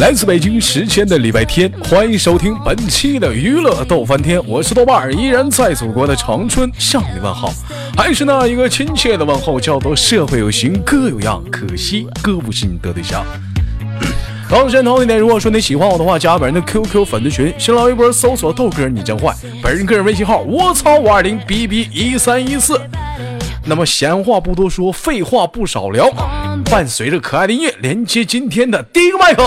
来自北京时间的礼拜天，欢迎收听本期的娱乐逗翻天，我是豆瓣儿，依然在祖国的长春向你问好，还是那一个亲切的问候，叫做社会有型哥有样，可惜哥不是你的对象。同时，同一点，如果说你喜欢我的话，加本人的 QQ 粉丝群，新浪微博搜索豆哥你真坏，本人个人微信号我操五二零 bb 一三一四。那么闲话不多说，废话不少聊，伴随着可爱的音乐，连接今天的第一个麦克。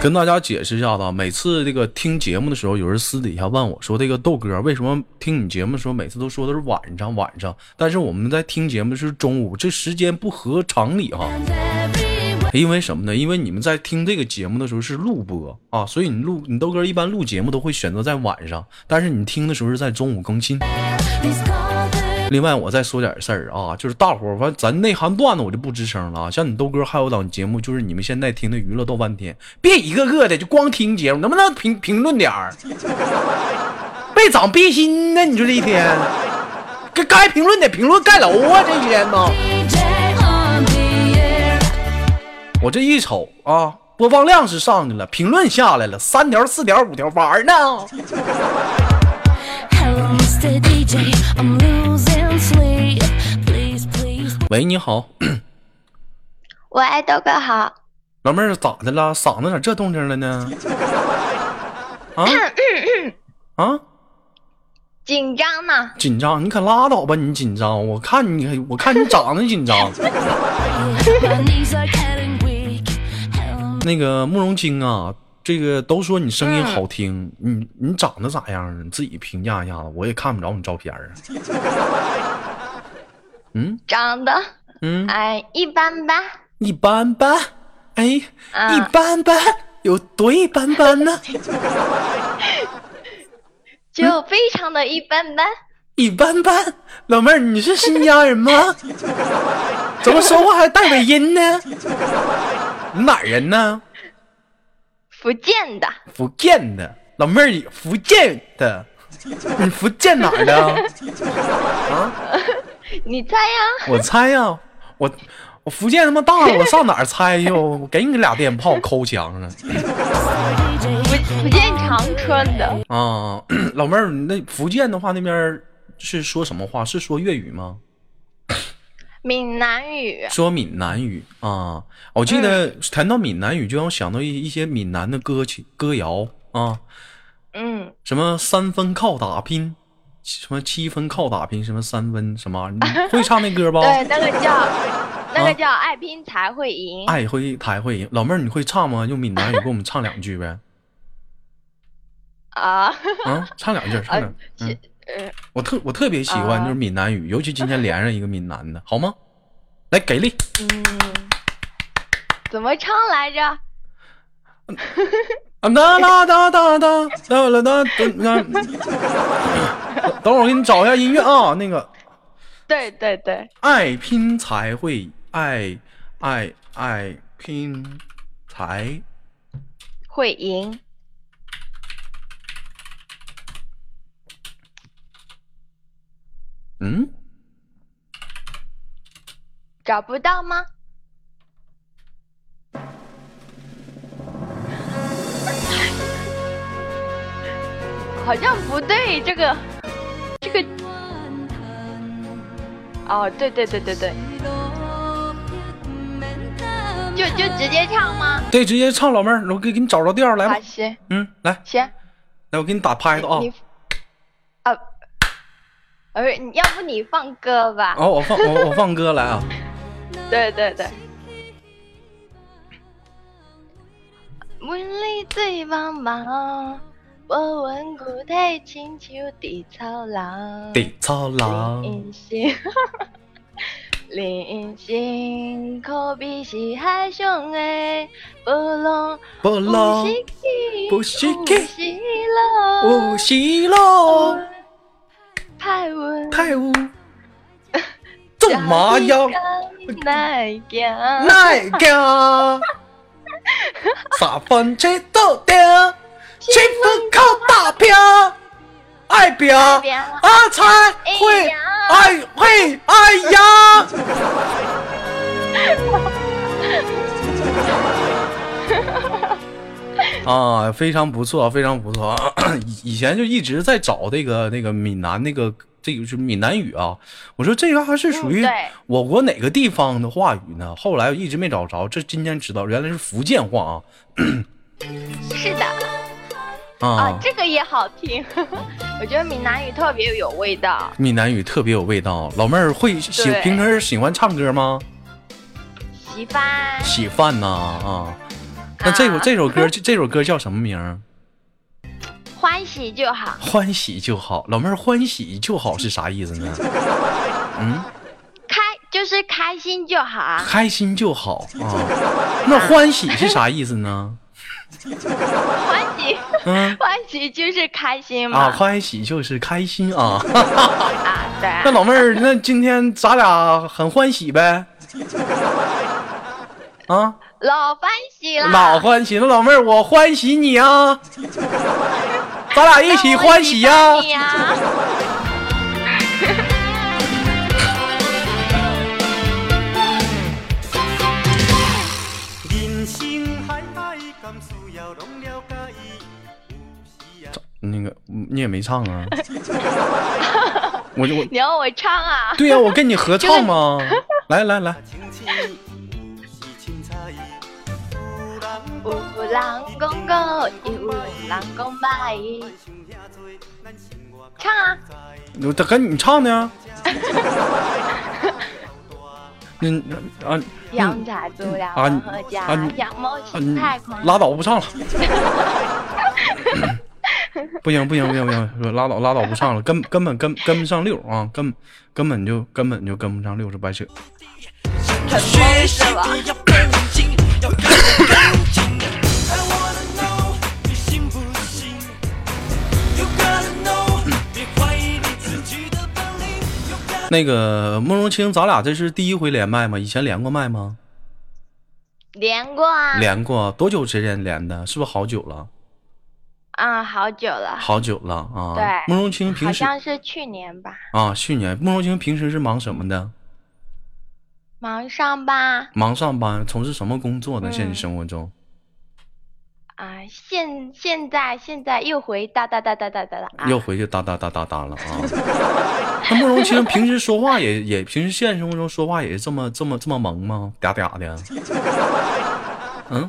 跟大家解释一下子啊，每次这个听节目的时候，有人私底下问我说：“这个豆哥为什么听你节目的时候每次都说的是晚上晚上？但是我们在听节目是中午，这时间不合常理哈。因为什么呢？因为你们在听这个节目的时候是录播啊，所以你录你豆哥一般录节目都会选择在晚上，但是你听的时候是在中午更新。另外，我再说点事儿啊，就是大伙儿，反正咱内涵段子我就不吱声了啊。像你豆哥还有档节目，就是你们现在听的娱乐逗翻天，别一个个的就光听节目，能不能评评论点儿？别长憋心呢，你说这一天，该该评论得评论，盖楼啊，这一天呢。我这一瞅啊，播放量是上去了，评论下来了，三条、四条、五条，玩儿呢。喂，你好，喂，豆哥好，老妹儿咋的了？嗓子咋这动静了呢？啊啊！嗯紧张呢？紧张，你可拉倒吧！你紧张，我看你，我看你长得紧 张。那个慕容清啊，这个都说你声音好听，你你长得咋样啊？你自己评价一下子，我也看不着你照片啊。嗯长得嗯，哎一般般， 一般般，哎，啊一般般，有多一般般 呢？就非常的一般般。一般般，老妹儿，你是新疆 人吗？怎么说话还带尾音呢？你哪儿人呢？福建的，福建的，老妹儿，福建的，你福建哪儿的？你猜呀？ 我猜呀、我我福建他妈大了，我上哪儿猜去？我我给你俩电炮抠墙啊上福福建长春的，啊！老妹儿，你那福建的话那边儿是说什么话？是说粤语吗？闽南语，说闽南语啊，我记得谈到闽南语，就让我想到一一些闽南的歌曲、歌谣啊，嗯，什么三分靠打拼，什么七分靠打拼，什么三分什么玩意儿，你会唱那歌不？对，那个叫那啊个叫爱拼才会赢。爱会才会赢。老妹儿，你会唱吗？用闽南语给我们唱两句呗。啊， 啊，唱两句，唱两句。嗯是，呃，我特我特别喜欢啊就是闽南语，尤其今天连上一个闽南的，好吗？来，给力！嗯怎么唱来着？ 啊哒哒哒哒哒哒啦哒哒。等会儿我给你找一下音乐啊，那个对对对，爱拼才会爱爱爱拼才会赢。嗯。找不到吗？好像不对，这个，这个，哦，对对对对对，就就直接唱吗？对，直接唱老妹儿，我给给你找着调儿来啊，吧。行嗯，来行，来，我给你打拍子啊。你，啊，呃，你要不你放歌吧？哦，我放我我放歌来 啊。对对对。问你醉茫茫，我闻故体亲像稻草人。嗯 地操狼，人生，人生可比是海上的波浪，波浪有时起，有时有起时落，有喜乐，歹运太无。做嘛呀？耐行，奈家，三分七到顶，七分靠打拼，爱拼，阿才会爱会爱呀。 啊，非常不错，非常不错。 以以前就一直在找那个那个闽南那个这个是闽南语啊，我说这个还是属于嗯对我国哪个地方的话语呢？后来我一直没找着，这今天知道原来是福建话是的啊啊啊，！这个也好听， 我觉得闽南语特别有味道，闽南语特别有味道。老妹儿会喜对平时喜欢唱歌吗？喜欢。喜欢呐啊。那这首啊这首歌这这首歌叫什么名儿？欢喜就好，欢喜就好，老妹儿欢喜就好是啥意思呢？开就是开心就好啊。开心就好啊。那欢喜是啥意思呢？欢喜， 嗯欢喜就是开心嘛。啊，欢喜就是开心啊。 啊对啊那老妹儿，那今天咱俩很欢喜呗？啊，老欢喜啦，老欢喜了，老妹儿，我欢喜你啊！咱俩一起欢喜呀、那我喜欢你啊呀。人生海海，甘需要拢了解伊。有时啊，那个嗯你也没唱啊？我就我你要我唱啊？对呀、我跟你合唱吗？来来来，清醒有时凊彩，有人有人讲过，有人讲歹，唱啊！我咋跟你唱呢？你啊嗯养家猪了啊和家啊你，养猫啊，心你太宽。拉倒，不唱了。不行不行不行不行，拉倒拉倒不唱了，根根本跟跟不上六啊，根根本就根本就跟不上六，这白扯。很懵是吧？要变精，要更精。I wanna know 你信不信？You gotta know，别怀疑你自己的本领。You gotta 那个慕容清，咱俩这是第一回连麦吗？以前连过麦吗？连过啊，连过，多久之前连的？是不是好久了？啊，好久了，好久了啊。对慕容清好平时像是去年吧。啊，去年慕容清平时是忙什么的？忙上吧忙上班，从事什么工作呢？现实生活中啊！现现在现在又回哒哒哒哒哒哒哒啊！又回去哒哒哒哒哒了啊。 那慕容清平时说话也也，平时现实生活中说话也是这么这么这么萌吗？嗲嗲的，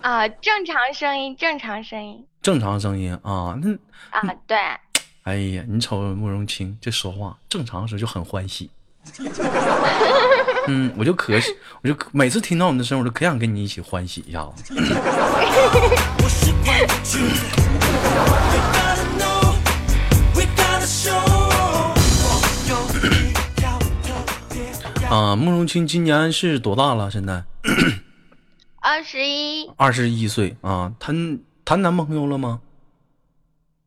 啊，正常声音，正常声音正常声音啊。那啊，对，哎呀，你瞅慕容清这说话，正常的时候就很欢喜。嗯，我就可，我就可每次听到你的声，音，我就可想跟你一起欢喜一下子。我喜欢 you。You gotta know，we gotta show。我有你要特别。啊，慕容清今年是多大了？现在二十一二十一岁啊。谈谈男朋友了吗？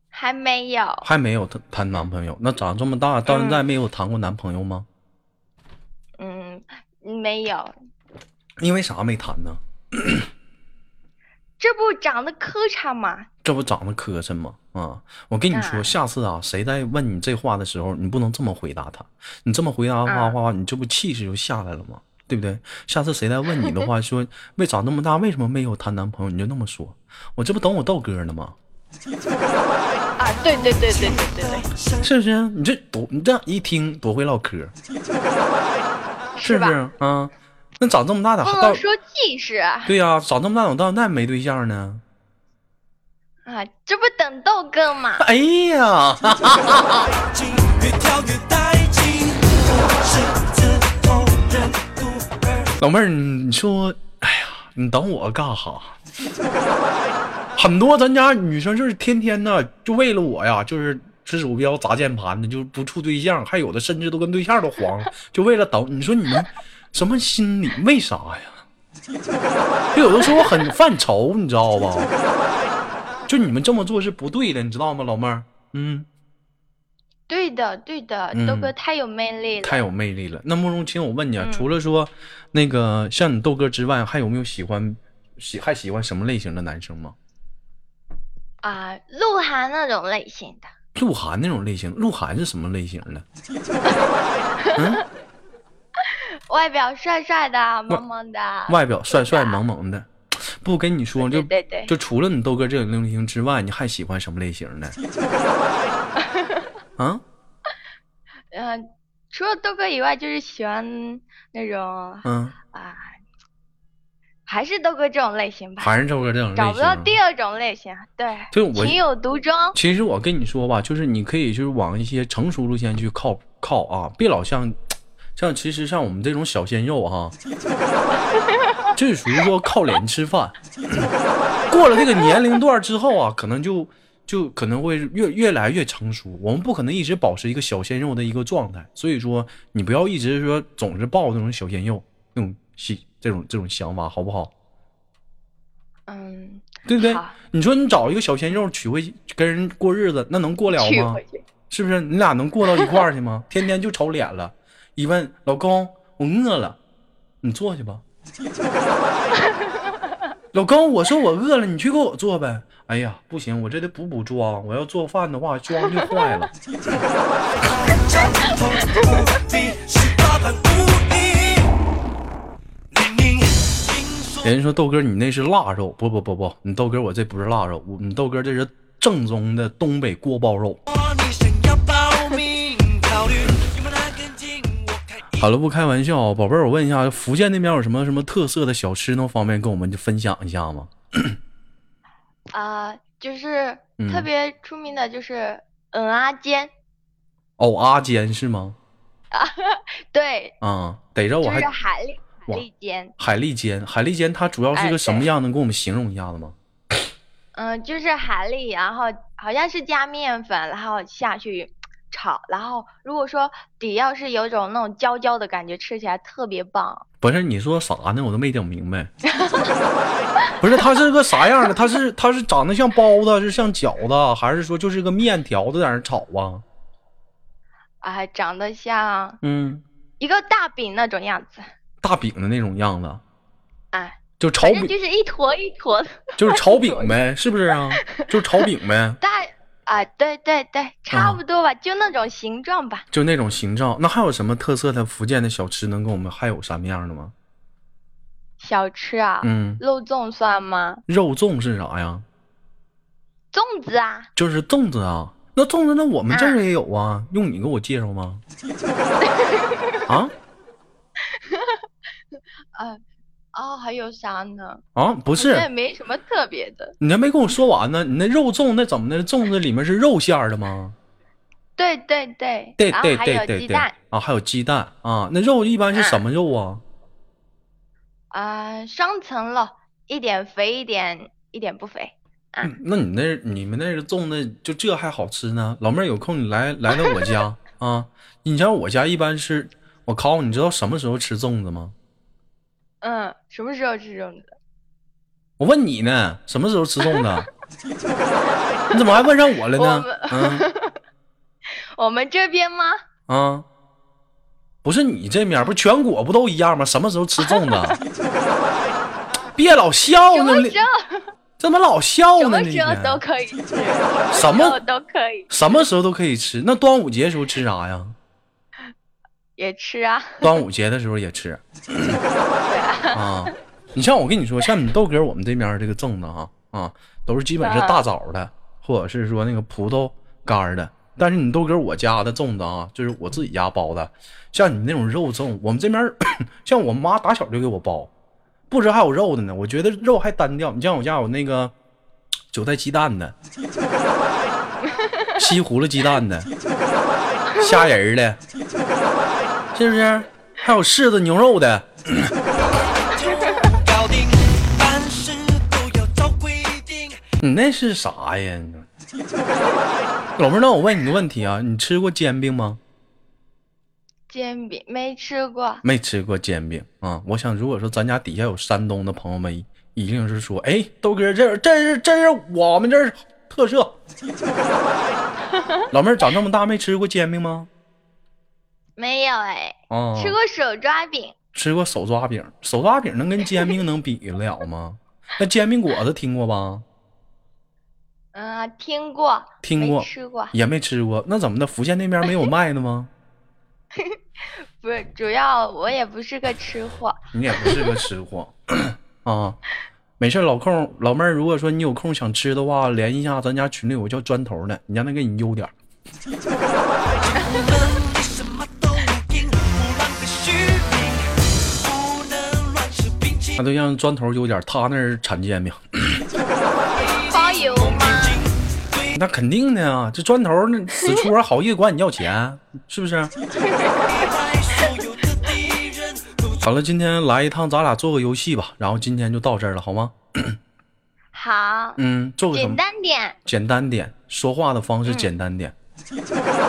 还没有，还没有谈谈男朋友。那长这么大到现在没有谈过男朋友吗？嗯，没有，因为啥没谈呢？这不长得磕碜吗？这不长得磕碜吗？啊，我跟你说，啊下次啊，谁再问你这话的时候，你不能这么回答他。你这么回答的话啊话，你这不气势就下来了吗？对不对？下次谁再问你的 话，说为长那么大为什么没有谈男朋友，你就那么说。我这不等我豆哥呢吗？啊，对对对对对对对，是不是？你这多，你这样一听多会唠嗑，是不吧？哦是啊？那长这么大咋不到能？说近视啊，对呀、长这么大怎么到现在没对象呢？啊这不等豆哥吗？哎呀！越跳越带劲，是这种人独而老妹儿，你你说，哎呀，你等我干哈？很多咱家女生就是天天的就为了我呀，就是吃鼠标砸键盘的，就是不处对象，还有的甚至都跟对象都黄了，就为了等。你说你们什么心理？为啥呀？就有的时候很犯愁，你知道吧？就你们这么做是不对的，你知道吗，老妹儿？嗯，对的，对的，嗯豆哥太有魅力了。太有魅力了。那慕容清，我问你，嗯啊，除了说那个像你豆哥之外，还有没有喜欢喜还喜欢什么类型的男生吗？啊，鹿晗那种类型的，鹿晗那种类型，鹿晗是什么类型的？外表帅帅的、萌萌的，外表帅帅萌萌的。不跟你说，就啊对对对就除了你豆哥这种类型之外，你还喜欢什么类型 的？啊，嗯、除了豆哥以外，就是喜欢那种 嗯，啊，还是豆哥这种类型吧，还是豆哥这种类型。找不到第二种类型。对，对我情有独钟。其实我跟你说吧，就是你可以就是往一些成熟路线去靠靠啊，别老像像其实像我们这种小鲜肉哈、啊，这属于说靠脸吃饭。过了这个年龄段之后啊，可能就就可能会越越来越成熟。我们不可能一直保持一个小鲜肉的一个状态，所以说你不要一直说总是抱那种小鲜肉那种喜这种这种想法，好不好？嗯，对不对好？你说你找一个小鲜肉娶回去跟人过日子，那能过了娶吗回？去。是不是？你俩能过到一块儿去 吗？天天就瞅脸了，一问老公，我饿了，你做去 吧。老公，我说我饿了，你去给我做呗。哎呀，不行，我这得补补妆，我要做饭的话，妆就坏了。战同不比，十八般武艺。明明听说 人家说豆哥你那是腊肉，不不不不，你豆哥我这不是腊肉，我你豆哥这是正宗的东北锅包肉。你想要报名考虑，有没有那根筋？我看一好了，不开玩笑啊，宝贝儿，我问一下，福建那边有什么什么特色的小吃能方便跟我们就分享一下吗？啊、就是嗯特别出名的，就是嗯啊煎，哦，阿煎是吗？对，啊、逮着我就还是海蛎海哇蛎煎，海蛎煎，海蛎煎它主要是哎个对什么样？能给我们形容一下子吗？嗯、就是海蛎，然后好像是加面粉，然后下去炒，然后如果说底要是有一种那种焦焦的感觉，吃起来特别棒。不是你说啥呢？我都没整明白。 不是它是个啥样的？它是它是长得像包子，是像饺子，还是说就是个面条子在那儿炒啊？啊、长得像嗯，一个大饼那种样子，大饼的那种样子，哎、就炒反饼正，就是一坨一坨的，就是炒饼呗，是不是 啊？就是炒饼呗，大啊、对对对，差嗯不多吧，就那种形状吧。就那种形状。那还有什么特色的福建的小吃能跟我们还有什么样的吗？小吃啊，嗯，肉粽算吗？肉粽是啥呀？粽子啊，就是粽子啊。那粽子，那我们这嗯儿也有啊，用你给我介绍 吗？啊哦，还有啥呢？啊，不好像也是，没什么特别的。你还没跟我说完呢。你那肉粽那怎么的？粽子里面是肉馅儿的吗？对对对，对然后对还有对对鸡对。蛋嗯啊，还有鸡蛋啊。那肉一般是什么肉啊？啊、双层肉，一点肥一点，一点不肥。嗯那你那你们那个粽子就这还好吃呢？老妹儿有空你来来到我 家啊。你像我家一般是，我靠，你知道什么时候吃粽子吗？嗯，什么时候吃粽子？我问你呢，什么时候吃粽子？ 你怎么还问上我了呢？嗯。我们这边吗？啊，不是你这面儿，不是全国不都一样吗？什么时候吃粽子？ 别老笑什呢么你时，候？怎么老笑什呢么你时候都呢？可 以吃，什什么时候么都可以什么时候都可以吃？那端午节的时候吃啥呀？也吃啊。端午节的时候也吃。啊，你像我跟你说，像你豆哥我们这边儿这个粽子啊啊，都是基本是大枣的，或者是说那个葡萄干儿的。但是你豆哥我家的粽子啊，就是我自己家包的，像你那种肉粽，我们这边儿 像我妈打小就给我包，不知还有肉的呢。我觉得肉还单调。你像我家有那个韭菜鸡蛋的，西葫芦鸡蛋的，虾仁儿的，是不是？还有柿子牛肉的。就搞定，凡事都要照规定。你嗯那是啥呀？ 你老妹儿，那我问你个问题啊，你吃过煎饼吗？煎饼没吃过，没吃过煎饼啊。我想，如果说咱家底下有山东的朋友们，一一定是说，哎，豆哥，这这是这是我们这儿特 色。老妹儿长这么大没吃过煎饼吗？没有哎，啊，吃过手抓饼，吃过手抓饼，手抓饼能跟煎饼能比得了吗？那煎饼果子听过吧？嗯、听过，听过没吃过，也没吃过。那怎么的？福建那边没有卖的吗？不是，主要我也不是个吃货，你也不是个吃货 啊。没事儿，老空老妹儿，如果说你有空想吃的话，联系一下咱家群里有个叫砖头的，你让他给你邮点儿。不能你什么都不听，不浪费虚名，不能乱吃冰淇他淋。就让砖头邮点儿，他那儿产煎饼， 包邮吗？那肯定的啊。这砖头那死出儿好意思管你要钱，是不是？对待所有的敌人都好了，今天来一趟，咱俩做个游戏吧。然后今天就到这儿了，好吗？好，嗯，做个什么简？单点，简单点，说话的方式简单点。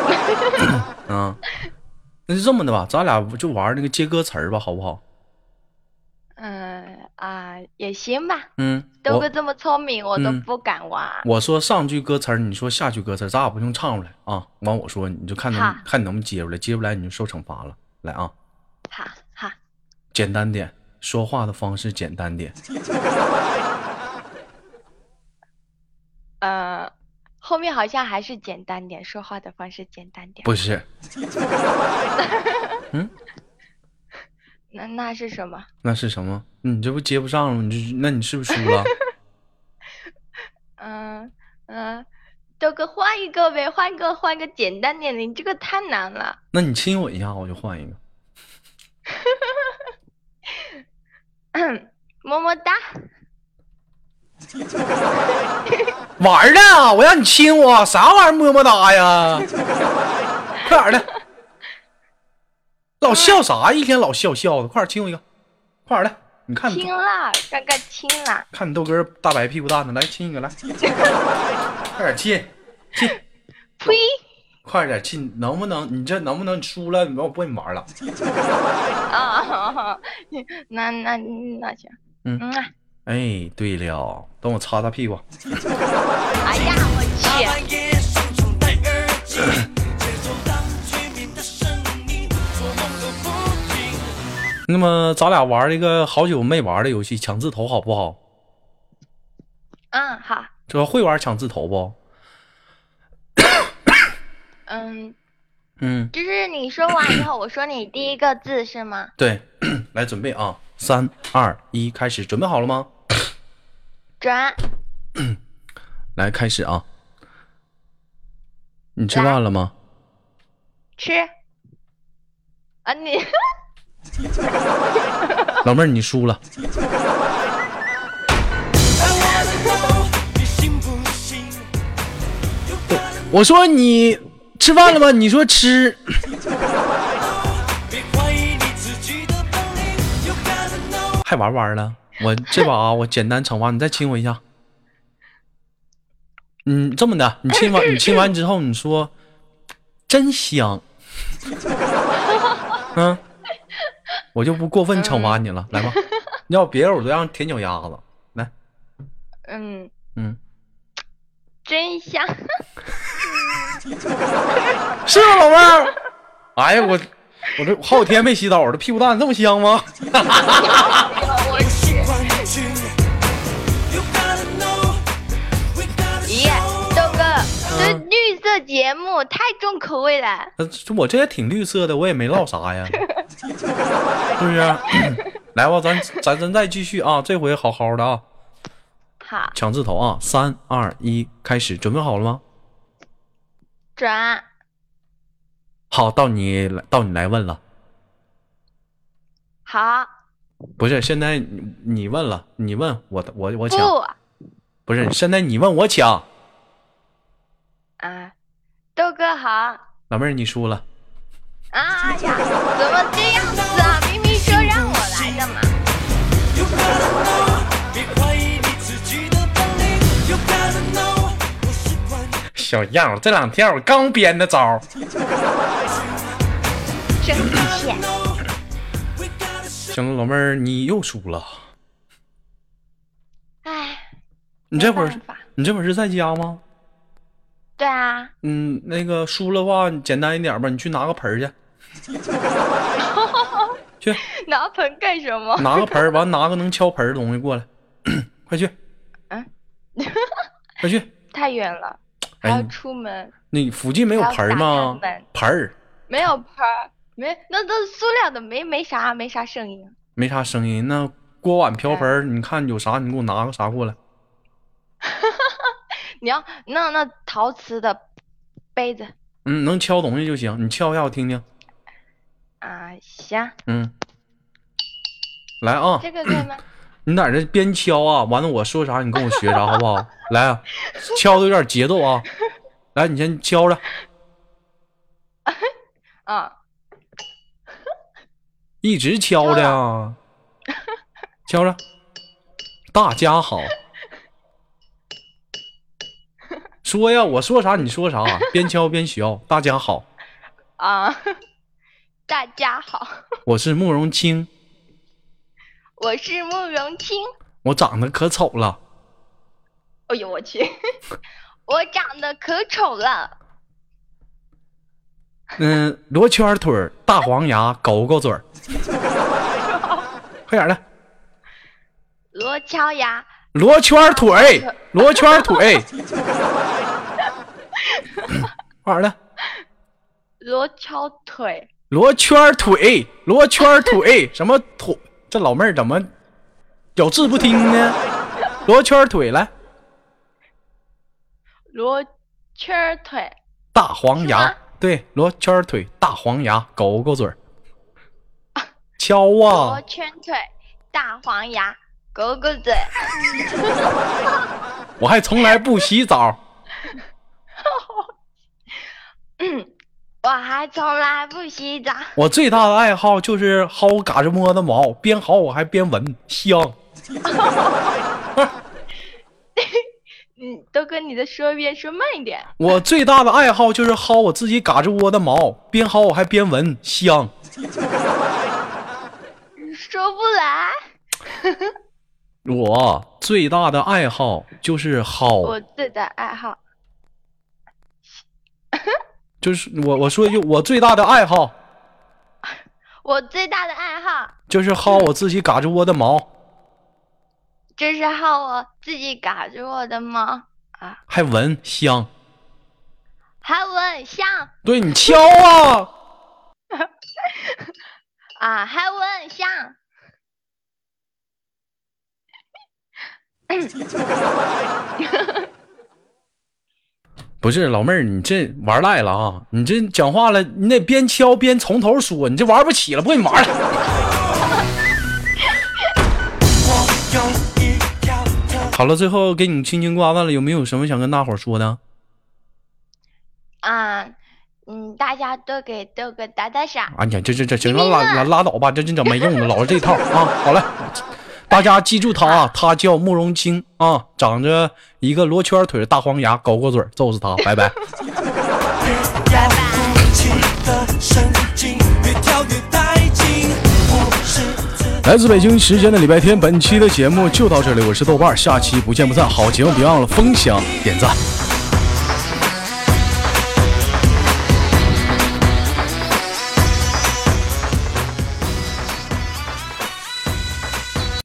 嗯，那就这么的吧，咱俩就玩那个接歌词儿吧，好不好？嗯啊、也行吧。嗯，豆哥我这么聪明，我都嗯不敢玩。我说上句歌词儿，你说下句歌词儿，咱俩不用唱出来啊。完我说，你就看能好看你能不能接出来，接不来你就受惩罚了。来啊，好好，简单点，说话的方式简单点。呃，后面好像还是简单点，说话的方式简单点。不是，那那是什么？那是什么？你这不接不上了吗？你这那你是不是输了？ 嗯嗯，豆哥换一个呗，换个换个简单点的，你这个太难了。那你亲我一下，我就换一个。 么么哒，玩儿呢，我让你亲我，啥玩意儿么么哒呀？快点儿的，老笑啥？一天老笑笑的，快点儿亲我一个，快点儿的，你看亲啦，刚刚亲啦，看你豆哥大白屁股蛋子，来亲一个来， 快点儿亲， 呸！快点儿亲，能不能？你这能不能？你输了，我不跟你玩了。啊，那那那行，嗯嗯啊，哎，对了，等我擦擦屁股。哎呀，我大去，半夜上床戴耳机，接受当局面的声音，做梦都不停。那么咱俩玩儿一个好久没玩儿的游戏，抢字头好不好？嗯好，这会玩儿抢字头不？嗯，嗯，就是你说完以后，我说你第一个字是吗？对，来准备啊，三二一，开始，准备好了吗？转，来开始啊！你吃饭了吗？吃，啊你 老妹儿，你输了。 I wanna know 你信不信？You gotta 我说你吃饭了吗？你说吃。 know，别怀疑你自己的本领。You gotta know，还玩玩了？我这把啊，我简单惩罚你，再亲我一下。嗯，这么的，你亲完，你亲完之后，你说真香。嗯，我就不过分惩罚你了，来吧。要别人我都让舔脚丫子。来，嗯，嗯，真香，是吗，老妹儿？哎呀，我我这好几天没洗澡，我这屁股蛋这么香吗？我我是冠军。You gotta know，we gotta 耶 show。，豆哥，这绿色节目太重口味了。那呃这我这也挺绿色的，我也没落啥 呀，是不是？啊 来吧，咱咱咱再继续啊，这回好好的啊，好，抢字头啊，三二一，开始，准备好了吗？转，好，到你来，到你来问了，好，不是，现在你你问了，你问我我我不抢，不是，现在你问我抢，啊，豆哥好啊老妹儿你输了，哎呀，怎么这样子啊？明明说让我来的嘛。 You gotta know，别怀疑你自己的本领。You gotta know，我是冠军。小样儿，这两天我刚编的招儿，生底线。行了，老妹儿，你又输了。唉，你这会儿哎没办法，你这会儿是在家吗？对啊，嗯，那个输了话，你简单一点吧，你去拿个盆儿去， 去拿盆干什么？拿个盆儿，完拿个能敲盆儿的东西过来， 快去，嗯， 快去。太远了，还哎要你出门，你附近没有盆儿吗还要打开门？盆儿没有盆儿，没那都是塑料的，没没啥没啥声音。没啥声音，那锅碗瓢盆儿，你看有啥，你给我拿个啥过来。你要那那陶瓷的杯子嗯，能敲东西就行，你敲一下我听听。啊，行，嗯，来啊，这个对 吗？你在这边敲啊，完了我说啥你跟我学啥好不好？来啊，敲的有点节奏啊，来你先敲着，啊，一直敲着啊，敲着。大家好，说呀，我说啥你说啥，边敲边学啊。大家好，啊， 大家好，我是慕容清，我是慕容清。我长得可丑了，哎呦我去， 我长得可丑了，嗯、罗圈腿儿、大黄牙、狗狗嘴儿，快点儿的。罗乔牙，罗圈腿儿，罗圈腿儿，快点儿的，罗乔腿，罗圈腿，罗圈腿，什么腿？这老妹儿怎么咬字不听呢？罗圈腿来，罗圈儿腿，大黄是牙吗，对，罗圈腿，大黄牙，狗狗嘴儿，敲罗啊！圈腿，大黄牙，狗狗嘴，我还从来不洗澡，我还从来不洗澡。我最大的爱好就是薅嘎吱窝的毛，边薅我还边闻，香。嗯，都跟你的说一遍，说慢一点。我最大的爱好就是薅我自己嘎吱窝的毛，边薅我还边闻香。说不来。我最大的爱好就是薅，我最的爱好，就是我我说一句，我最大的爱好我最大的爱好就是薅我自己嘎吱窝的毛，就是薅我自己嘎着我的毛，还闻香。还闻香对你敲啊！啊，还闻香。不是老妹儿，你这玩赖了啊！你这讲话了，你得边敲边从头说，你这玩不起了，不跟你玩了。我有一条条好了，最后给你轻轻挂断了，有没有什么想跟大伙儿说的？啊，嗯，大家都给豆哥打打赏，哎呀，这这这行了，拉拉拉倒吧，这这整没用的，老是这套啊！好了，大家记住他啊，他叫慕容清啊，长着一个罗圈腿、大黄牙、高过嘴儿，揍死他，拜拜。要鼓起的神经，越跳越带劲，我是自己。 来自北京时间的礼拜天，本期的节目就到这里，我是豆瓣儿，下期不见不散。好节目别忘了分享、点赞。